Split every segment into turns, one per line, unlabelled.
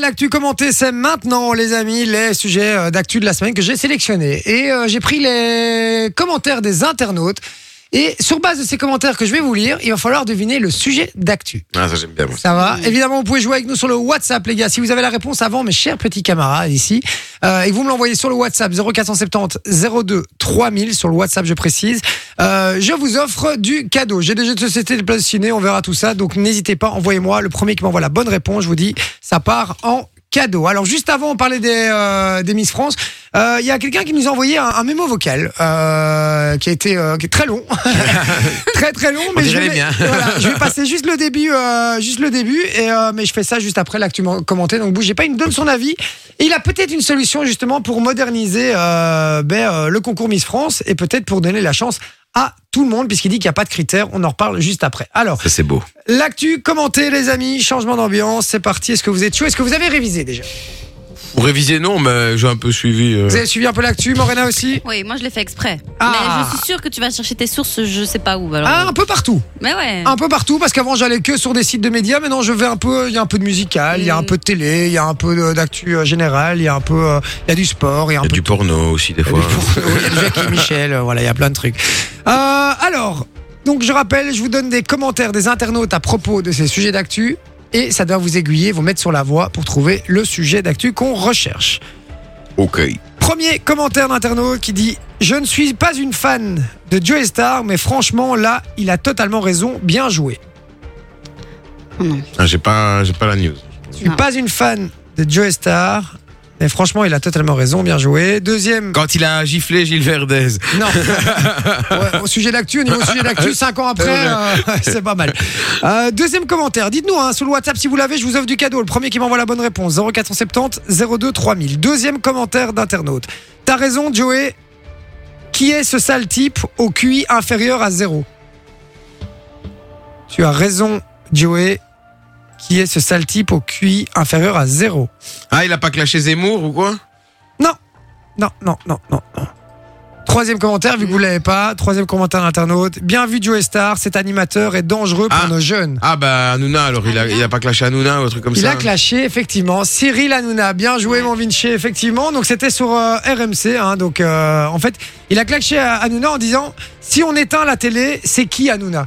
L'actu commentée, c'est maintenant, les amis, les sujets euh, d'actu de la semaine que j'ai sélectionnés. Et euh, j'ai pris les commentaires des internautes. Et sur base de ces commentaires que je vais vous lire, il va falloir deviner le sujet d'actu.
Ah, ça j'aime bien. moi.
Ça va Évidemment, vous pouvez jouer avec nous sur le WhatsApp, les gars. Si vous avez la réponse avant, mes chers petits camarades ici, euh, et que vous me l'envoyez sur le WhatsApp 0470 02 3000, sur le WhatsApp, je précise, euh, je vous offre du cadeau. J'ai des jeux de société, des places de ciné, on verra tout ça. Donc n'hésitez pas, envoyez-moi. Le premier qui m'envoie la bonne réponse, je vous dis, ça part en cadeau. Alors juste avant, on parlait des, euh, des Miss France. Euh, Il y a quelqu'un qui nous a envoyé un, un mémo vocal euh, qui a été euh, qui est très long, très très long. Mais je
dirait
vais,
les miens.
voilà, je vais passer juste le début, euh, juste le début, et euh, mais je fais ça juste après l'actu mo- commentée. Donc bougez pas, il me donne son avis. Et il a peut-être une solution justement pour moderniser euh, ben, euh, le concours Miss France et peut-être pour donner la chance à tout le monde puisqu'il dit qu'il n'y a pas de critères. On en reparle juste après. Alors
Ça, c'est beau.
l'actu commentée, les amis, changement d'ambiance, c'est parti. Est-ce que vous êtes chaud Est-ce que vous avez révisé déjà
Pour réviser, non, mais j'ai un peu suivi. euh.
Vous avez suivi un peu l'actu, Morena aussi
Oui, moi je l'ai fait exprès.
Ah.
Mais je suis sûre que tu vas chercher tes sources, je sais pas où. Alors...
Ah, un peu partout.
Mais ouais.
un peu partout parce qu'avant j'allais que sur des sites de médias maintenant je vais un peu il y a un peu de musical il y a un peu de télé il y a un peu de- d'actu euh, générale il y a un peu euh, il y a du sport il y a un
Il y a
peu
du porno aussi, des fois.
il y a du Jackie Michel euh, voilà il y a plein de trucs Euh, alors donc je rappelle je vous donne des commentaires des internautes à propos de ces sujets d'actu et ça doit vous aiguiller vous mettre sur la voie pour trouver le sujet d'actu qu'on recherche
Ok.
Premier commentaire d'internaute qui dit Je ne suis pas une fan de Joey Star, mais franchement, là, il a totalement raison. Bien joué.
Ah, j'ai pas, j'ai pas la news.
Je suis
Non.
pas une fan de Joey Star, mais franchement, il a totalement raison. Bien joué. Deuxième.
Quand il a giflé Gilles Verdez.
Non. Ouais, au sujet d'actu, au niveau sujet d'actu, cinq ans après, euh, c'est pas mal. Euh, deuxième commentaire. Dites-nous hein, sur le WhatsApp si vous l'avez, je vous offre du cadeau. Le premier qui m'envoie la bonne réponse 0470 02 3000. Deuxième commentaire d'internaute. T'as raison, Joey. Qui est ce sale type au QI inférieur à zéro Tu as raison, Joey. Qui est ce sale type au QI inférieur à zéro
Ah, il a pas clashé Zemmour ou quoi
non, non, non, non, non. Troisième commentaire, vu que vous l'avez pas. Troisième commentaire d'internaute. Bien vu, Joe Star. Cet animateur est dangereux pour
Ah.
nos jeunes.
Ah, bah Hanouna, alors il a, il a pas clashé Hanouna ou un truc comme
Il
ça.
a clashé, effectivement. Cyril Hanouna. Bien joué, mon Vinci, effectivement. Donc, c'était sur euh, RMC. hein. donc, euh, en fait, il a clashé à Hanouna en disant Si on éteint la télé, c'est qui Hanouna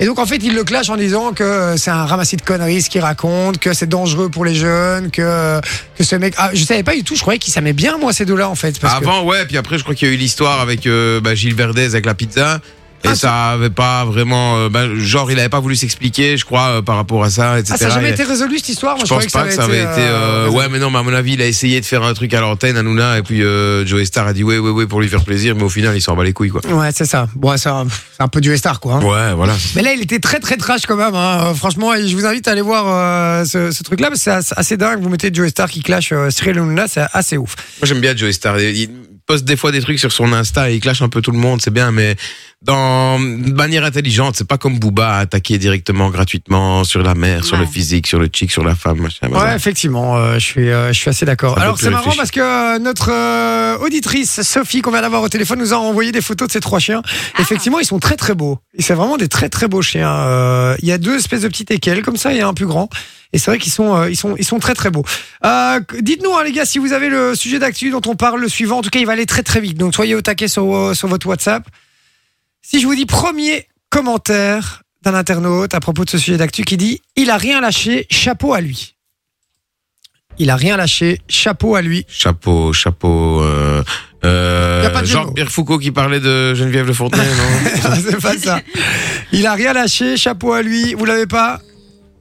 et donc en fait il le clash en disant que euh, c'est un ramassis de conneries ce qu'il raconte, que c'est dangereux pour les jeunes, que, que ce mec... Ah, je savais pas du tout, je croyais qu'il s'aimait bien moi ces deux-là en fait. Parce que-
Ah, Avant, ouais, puis après, je crois qu'il y a eu l'histoire avec euh, bah, Gilles Verdez avec la pizza. Et
Ah, c'est-
ça avait pas vraiment. euh, bah, genre, il avait pas voulu s'expliquer, je crois, euh, par rapport à ça, etc.
Ah, ça n'a jamais
Et-
été résolu cette histoire Ah, Moi,
Je pense
croyais
pas que ça avait été. euh,
euh,
Ouais, mais non, mais à mon avis, il a essayé de faire un truc à l'antenne, Hanouna, et puis euh, Joey Star a dit ouais, ouais, ouais, pour lui faire plaisir, mais au final, il s'en bat les couilles, quoi.
Ouais, c'est ça. Bon, c'est un, c'est un peu du star quoi. hein.
Ouais, voilà.
Mais là, il était très très trash quand même. hein. Euh, franchement, et je vous invite à aller voir euh, ce, ce truc-là, parce que c'est as- assez dingue. Vous mettez Joe Star qui clash euh, Cyril Hanouna, c'est assez ouf.
Moi, j'aime bien Joey Star. Il poste des fois des trucs sur son Insta et il clash un peu tout le monde, c'est bien, mais dans, de manière intelligente, c'est pas comme Booba à attaquer directement, gratuitement, sur la mère, sur
Ouais.
le physique, sur le chic, sur la femme, machin.
Ouais,
bazar.
effectivement, euh, je suis euh, je suis assez d'accord.
Un peu
Alors
plus
c'est marrant
réfléchi.
parce que euh, notre euh, auditrice Sophie qu'on vient d'avoir au téléphone nous a envoyé des photos de ces trois chiens. Effectivement, ils sont très très beaux. Et c'est vraiment des très très beaux chiens. Euh, Il y a deux espèces de petites équelles comme ça, il y a un plus grand. Et c'est vrai qu'ils sont euh, ils sont ils sont très très beaux. Euh, Dites-nous hein, les gars si vous avez le sujet d'actu dont on parle le suivant. En tout cas, il va aller très très vite. Donc soyez au taquet sur euh, sur votre WhatsApp. Si je vous dis premier commentaire d'un internaute à propos de ce sujet d'actu qui dit il a rien lâché, chapeau à lui. Il a rien lâché, chapeau à lui.
Chapeau, chapeau. Euh, euh,
Y a pas de jeu de mots.
Jean-Pierre Foucault qui parlait de Geneviève Le Fontenay, non
C'est pas ça. Il a rien lâché, chapeau à lui. Vous l'avez pas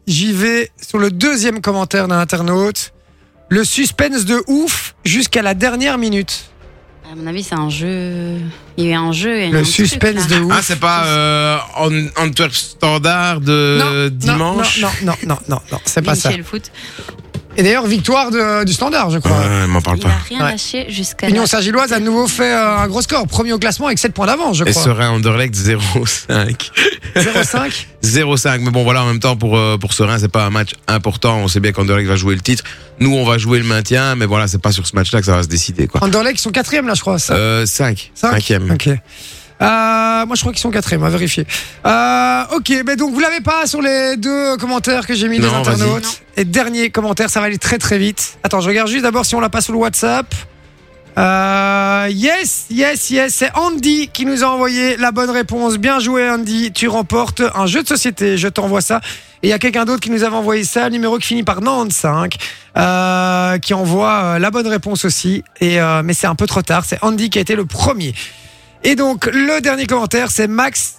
J'y vais sur le deuxième commentaire d'un internaute. Le suspense de ouf jusqu'à la dernière minute.
À mon avis, c'est un jeu. Il y a eu un jeu. et un
Le
truc,
suspense
là.
de ouf.
Ah, c'est pas euh, An- Antwerp Standard de Euh, dimanche
Non, non, non, non, non, non, c'est pas
Vinci
ça.
et le foot.
Et d'ailleurs, victoire de- du standard, je crois.
Ouais, elle m'en parle
Il a
pas.
rien
Ouais.
lâché jusqu'à.
Union
la-
Saint-Gilloise a de nouveau fait euh, un gros score, premier au classement avec 7 points d'avance, je
Et
crois.
serait Anderlecht 0-5.
0-5.
0-5. Mais bon, voilà, en même temps, pour, euh, pour Serein, c'est pas un match important. On sait bien qu'Anderlecht va jouer le titre. Nous, on va jouer le maintien. Mais voilà, c'est pas sur ce match-là que ça va se décider, quoi. Ah,
Anderlecht, ils sont quatrième là, je crois. Ça.
Euh, 5.
Cinq
5
Ah. Ok. Euh, moi, je crois qu'ils sont quatrième, à vérifier. Euh, ok, mais donc vous l'avez pas sur les deux commentaires que j'ai mis des
Non, vas-y.
Non.
internautes. Et dernier commentaire, ça va aller très très vite. Attends, je regarde juste d'abord si on l'a pas sur le WhatsApp. Euh, yes, yes, yes, c'est Andy qui nous a envoyé la bonne réponse. Bien joué Andy, tu remportes un jeu de société, je t'envoie ça. Et il y a quelqu'un d'autre qui nous avait envoyé ça, le numéro qui finit par 95, euh, qui envoie euh, la bonne réponse aussi. Et, euh, mais c'est un peu trop tard, c'est Andy qui a été le premier. Et donc le dernier commentaire, c'est Max,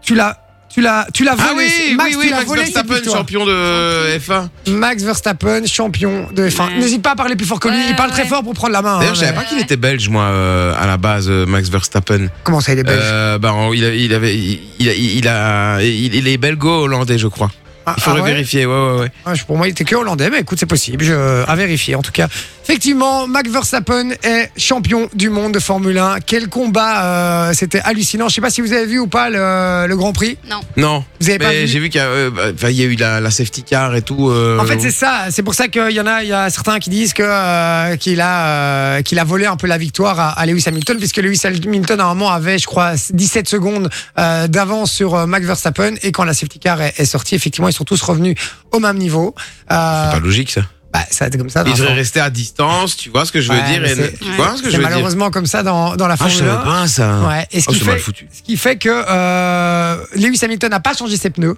tu l'as... Tu l'as, tu l'as volé.
Ah oui,
c'est-
oui,
Max, tu
oui,
l'as
Max
volé, c'est
Verstappen,
plus toi.
champion de F1.
Max Verstappen, champion de F1.
Ouais.
N'hésite pas à parler plus fort que lui.
Ouais,
il parle
ouais.
très fort pour prendre la main.
D'ailleurs,
hein,
je savais
mais-
pas qu'il était belge, moi, euh, à la base, euh, Max Verstappen.
Comment ça, il est belge
Euh, bah, on- il, a- il avait, il, il a, il, a- il- il est belgo-hollandais, je crois.
Ah,
Il faudrait
ah ouais
vérifier, ouais, ouais, ouais.
Ouais, je- Pour moi, il était que hollandais, mais écoute, c'est possible. Je... À vérifier, en tout cas. Effectivement, Max Verstappen est champion du monde de Formule 1. Quel combat euh, C'était hallucinant. Je sais pas si vous avez vu ou pas le, le Grand Prix.
Non,
Vous avez pas
mais
vu
j'ai vu qu'il y, a, euh, bah, enfin, il y a eu la, la safety car et tout. euh,
En fait, c'est ça. C'est pour ça qu'il y en a, il y a certains qui disent que euh, qu'il a euh, qu'il a volé un peu la victoire à, à Lewis Hamilton, puisque Lewis Hamilton à un moment avait, je crois, 17 secondes euh, d'avance sur euh, Max Verstappen. Et quand la safety car est, est sortie, effectivement, ils sont tous revenus au même niveau. Euh,
c'est pas logique, ça.
bah, ça a été comme ça. dans
Il
la
devrait
Formule-
rester à distance, tu vois ce que je veux
Ouais,
dire
mais
et-
c'est-
Tu vois ce que
c'est
je veux dire
malheureusement comme ça dans, dans la
Ah, je
Formule 1.
savais pas ça.
Ouais. Et ce
Oh,
qui
c'est mal
fait,
foutu.
ce qui fait que euh, Lewis Hamilton n'a pas changé ses pneus.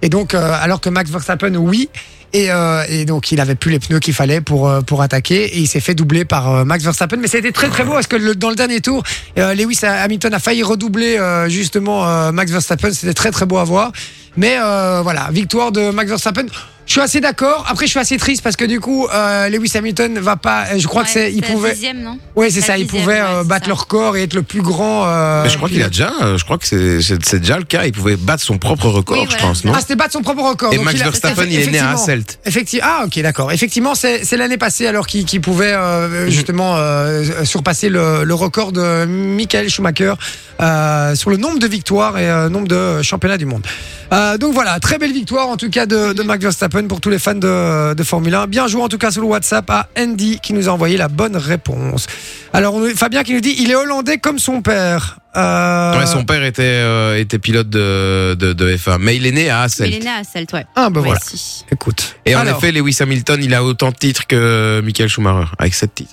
Et donc, euh, alors que Max Verstappen, oui. Et, euh, et donc, il avait plus les pneus qu'il fallait pour, euh, pour attaquer. Et il s'est fait doubler par euh, Max Verstappen. Mais c'était très, très beau parce que le- dans le dernier tour, euh, Lewis Hamilton a failli redoubler euh, justement euh, Max Verstappen. C'était très, très beau à voir. Mais euh, voilà, victoire de Max Verstappen. Je suis assez d'accord. Après, je suis assez triste parce que du coup, euh, Lewis Hamilton va pas. euh, Je crois que c'est. Il pouvait.
Dixième, non
Oui, c'est
la
ça. Il
dixième,
pouvait
ouais,
euh,
c'est
battre
ça.
leur corps et être le plus grand. euh,
Mais je crois qu'il a déjà, euh, je crois que c'est- c'est c'est déjà le cas. Il pouvait battre son propre record,
Oui,
je
voilà.
pense, non
Ah, c'était pas de son propre record.
Et
donc
Max
il a-
Verstaffen, il est né à Hasselt.
Effectivement. Ah, ok, d'accord. Effectivement, c'est c'est l'année passée alors qu'il qu'il pouvait
Mhm.
euh, justement euh, surpasser le, le record de Michael Schumacher euh, sur le nombre de victoires et euh, nombre de championnats du monde. Euh, donc voilà, très belle victoire en tout cas de, de Max Verstappen pour tous les fans de, de Formule 1. Bien joué en tout cas sur le WhatsApp à Andy qui nous a envoyé la bonne réponse. Alors on- Fabien qui nous dit il est hollandais comme son père. Euh,
Ouais, son père était, euh, était pilote de, de, de F1, mais il est né à
Il est
Hasselt.
né à Celt, ouais.
Ah ben
Ouais,
voilà.
si.
Écoute.
Et en
Alors.
effet, Lewis Hamilton, il a autant de titres que Michael Schumacher, avec 7 titres.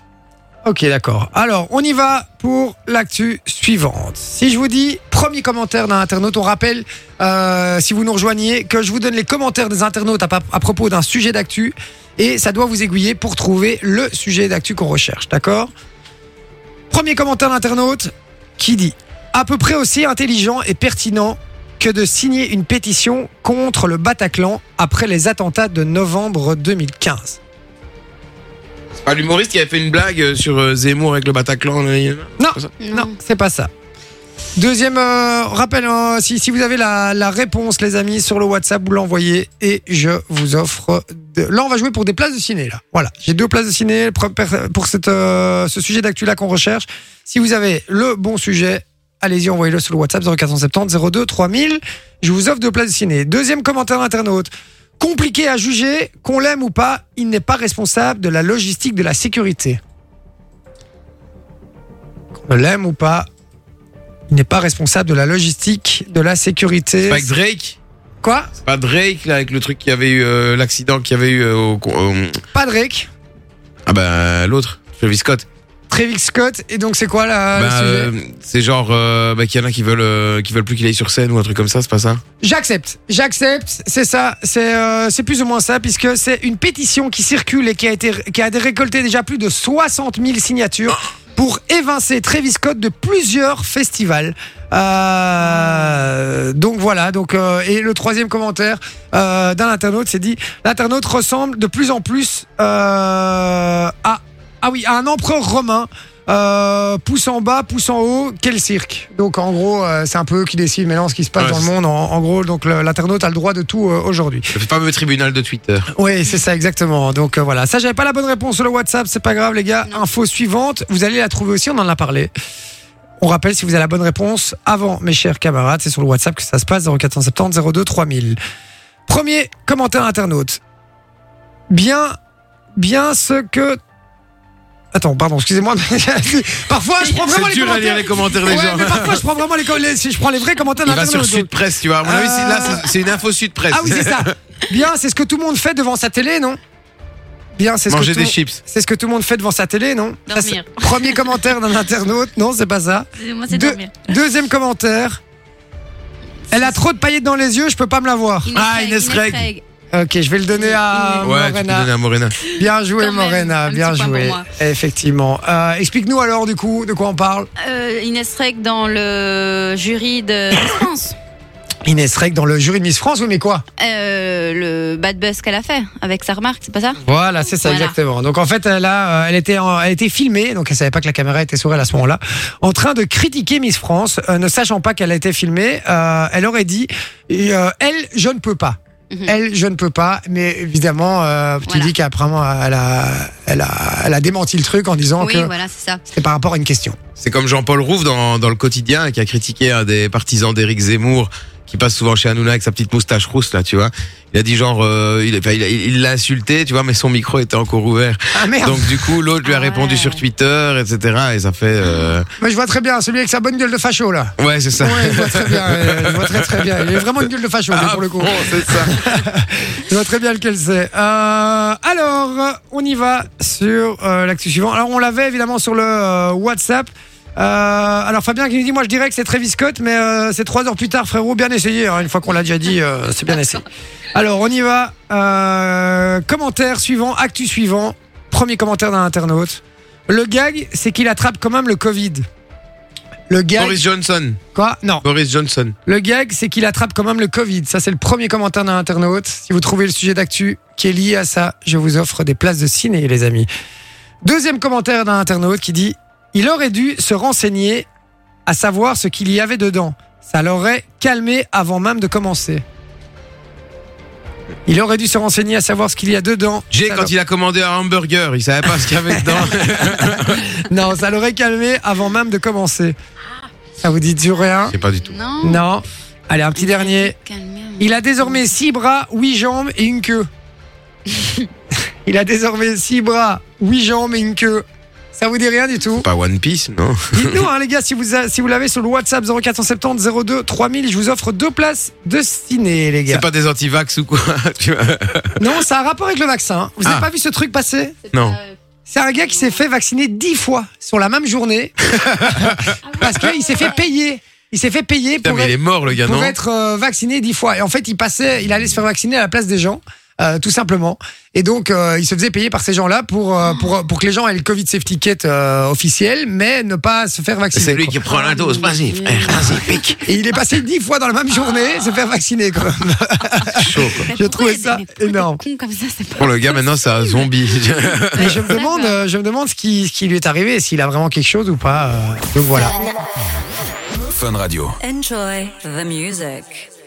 Ok, d'accord. Alors, on y va pour l'actu suivante. Si je vous dis premier commentaire d'un internaute, on rappelle, euh, si vous nous rejoignez, que je vous donne les commentaires des internautes à, pa- à propos d'un sujet d'actu et ça doit vous aiguiller pour trouver le sujet d'actu qu'on recherche, d'accord Premier commentaire d'internaute qui dit à peu près aussi intelligent et pertinent que de signer une pétition contre le Bataclan après les attentats de novembre 2015.
C'est pas l'humoriste qui avait fait une blague euh, sur euh, Zemmour avec le Bataclan. euh,
Non, c'est pas ça. Deuxième euh, rappel, hein, si, si vous avez la, la réponse, les amis, sur le WhatsApp, vous l'envoyez et je vous offre. de- Là, on va jouer pour des places de ciné. Là, voilà, j'ai deux places de ciné le pre- per- pour cette, euh, ce sujet d'actu là qu'on recherche. Si vous avez le bon sujet, allez-y, envoyez-le sur le WhatsApp 0470 02 3000. Je vous offre deux places de ciné. Deuxième commentaire internaute. Compliqué à juger, qu'on l'aime ou pas, il n'est pas responsable de la logistique de la sécurité. Qu'on l'aime ou pas, il n'est pas responsable de la logistique de la sécurité.
C'est pas avec Drake
Quoi
C'est pas Drake, là, avec le truc qui avait eu, euh, l'accident qu'il y avait eu euh, au. con- euh,
Pas Drake,
ah bah, l'autre, Travis Scott.
Travis Scott, et donc c'est quoi là
Bah,
Ah, le sujet
euh, c'est genre, euh, bah, qu'il y en a qui veulent, euh, qui veulent plus qu'il aille sur scène ou un truc comme ça, c'est pas ça
J'accepte, j'accepte, c'est ça, c'est euh, c'est plus ou moins ça, puisque c'est une pétition qui circule et qui a, été, qui a récolté déjà plus de 60 000 signatures pour évincer Travis Scott de plusieurs festivals. Euh, donc voilà, donc, euh, et le troisième commentaire euh, d'un internaute, c'est dit, l'internaute ressemble de plus en plus euh, à, ah oui, à un empereur romain. Euh, pouce en bas, pouce en haut, quel cirque. Donc en gros, euh, c'est un peu eux qui décident maintenant ce qui se passe
Ouais,
dans le
c'est-
monde. En, en gros, donc le- l'internaute a le droit de tout euh, aujourd'hui.
Le fameux tribunal de Twitter.
Oui, c'est ça exactement. Donc euh, voilà, ça j'avais pas la bonne réponse sur le WhatsApp, c'est pas grave les gars.
Non.
Info suivante, vous allez la trouver aussi, on en a parlé. On rappelle si vous avez la bonne réponse avant mes chers camarades, c'est sur le WhatsApp que ça se passe 0470 02 3000. Premier commentaire internaute. Bien bien ce que Attends, pardon, excusez-moi. mais parfois, je prends vraiment
C'est
les
dur à lire
commentaires.
les commentaires des
Ouais,
gens.
mais parfois, je prends vraiment les, co- les- si je prends les vrais commentaires
Il va sur
d'internautes.
Sud Presse, tu vois. À mon avis, c'est- là, c'est- c'est une info Sud Presse.
Ah oui, c'est ça. Bien, c'est ce que tout le monde fait devant sa télé, non Bien, c'est ce que
Manger
tout-
des chips.
C'est ce que tout le monde fait devant sa télé, non Ça, c'est-
Dormir.
Premier commentaire d'un internaute, non, c'est pas ça.
Moi, c'est
Deux-
dormir.
Deuxième commentaire. Elle a trop de paillettes dans les yeux, je peux pas me la voir.
Ah, Ines Reg.
Ok, je vais le donner à
Ouais, tu peux
Ah, Morena.
donner à Morena.
Bien joué,
Quand même,
Morena,
un
bien
petit point pour
joué.
moi.
Effectivement. Euh, Explique-nous alors, du coup, de quoi on parle.
Euh, Ines Reg dans le jury de Miss France.
Inès Reg dans le jury de Miss France, oui, mais quoi
Euh, le bad buzz qu'elle a fait avec sa remarque, c'est pas ça
Voilà, c'est ça
Voilà.
exactement. Donc en fait, elle a, euh, elle était, en- elle était filmée, donc elle savait pas que la caméra était sur elle à ce moment-là, en train de critiquer Miss France, euh, ne sachant pas qu'elle a été filmée. euh, elle aurait dit, et, euh, elle, je ne peux pas.
Mhm.
Elle, je ne peux pas, mais évidemment, euh, tu
Voilà.
dis qu'après, elle a, elle, a, elle a démenti le truc en disant
Oui,
que
voilà, c'est ça.
c'était par rapport à une question.
C'est comme Jean-Paul Rouve dans, dans le quotidien qui a critiqué un des partisans d'Éric Zemmour qui passe souvent chez Hanouna avec sa petite moustache rousse là, tu vois. Il a dit genre, euh, il enfin, il a- il l'a insulté, tu vois, mais son micro était encore ouvert.
Ah merde,
Donc du coup, l'autre lui a
Ah
répondu
ouais.
sur Twitter, etc. Et ça fait, euh,
mais je vois très bien celui avec sa bonne gueule de facho là.
ouais, c'est ça.
Ouais, je vois très bien, euh, je vois très très bien. Il est vraiment une gueule de facho lui,
Ah,
pour le coup.
bon, c'est ça.
Je vois très bien lequel c'est. Euh, alors, euh, on y va sur euh, l'actu suivant. Alors, on l'avait évidemment sur le euh, WhatsApp. Euh, alors, Fabien qui nous dit Moi, je dirais que c'est Travis Scott, mais euh, c'est trois heures plus tard, frérot. Bien essayé. hein. une fois qu'on l'a déjà dit, euh, c'est bien essayé. Alors, on y va. Euh, commentaire suivant, actu suivant. Premier commentaire d'un internaute. Le gag, c'est qu'il attrape quand même le Covid. Le gag.
Boris Johnson.
Quoi Non.
Boris Johnson.
Le gag, c'est qu'il attrape quand même le Covid. Ça, c'est le premier commentaire d'un internaute. Si vous trouvez le sujet d'actu qui est lié à ça, je vous offre des places de ciné, les amis. Deuxième commentaire d'un internaute qui dit Il aurait dû se renseigner à savoir ce qu'il y avait dedans. Ça l'aurait calmé avant même de commencer. Il aurait dû se renseigner à savoir ce qu'il y a dedans.
Jay,
Ça
quand il a commandé un hamburger, il savait pas ce qu'il y avait dedans.
Non, ça l'aurait calmé avant même de commencer. Ça vous dit du rien
Je sais pas du tout.
Non.
Non. Allez, un petit dernier.
Calmez, hein.
Il a désormais 6 bras, 8 jambes et une queue. Il a désormais 6 bras, 8 jambes et une queue. Ça vous dit rien du tout
Pas One Piece, non
Dites-nous, hein, les gars, si vous, a- si vous l'avez sur le WhatsApp 0470 02 3000, je vous offre deux places de ciné, les gars.
C'est pas des anti-vax ou quoi tu vois
Non, ça a un rapport avec le vaccin. hein. Vous n'avez
Ah.
pas vu ce truc passer
Non.
euh,
C'est un gars qui s'est fait vacciner 10 fois sur la même journée parce qu'il s'est fait payer. Il s'est fait payer
Putain,
pour
mais il est mort le gars,
pour
non
être euh, vacciné dix fois. Et en fait, il passait, il allait se faire vacciner à la place des gens. euh, tout simplement. Et donc, euh, il se faisait payer par ces gens-là pour, euh, pour, pour que les gens aient le Covid safety kit euh, officiel, mais ne pas se faire vacciner.
C'est lui
quoi.
qui prend la dose. Vas-y, frère, vas-y, pique.
Et il est passé dix fois dans la même journée se faire vacciner. Quoi.
Chaud, quoi.
Mais
Je
pourquoi
trouvais
il y
ça
a des- mais pourquoi
énorme.
des cons comme ça, c'est pas
Pour le gars, maintenant, c'est un zombie.
Et je me demande, euh, je me demande ce qui, ce qui lui est arrivé, s'il a vraiment quelque chose ou pas. euh. donc voilà.
Enjoy the music.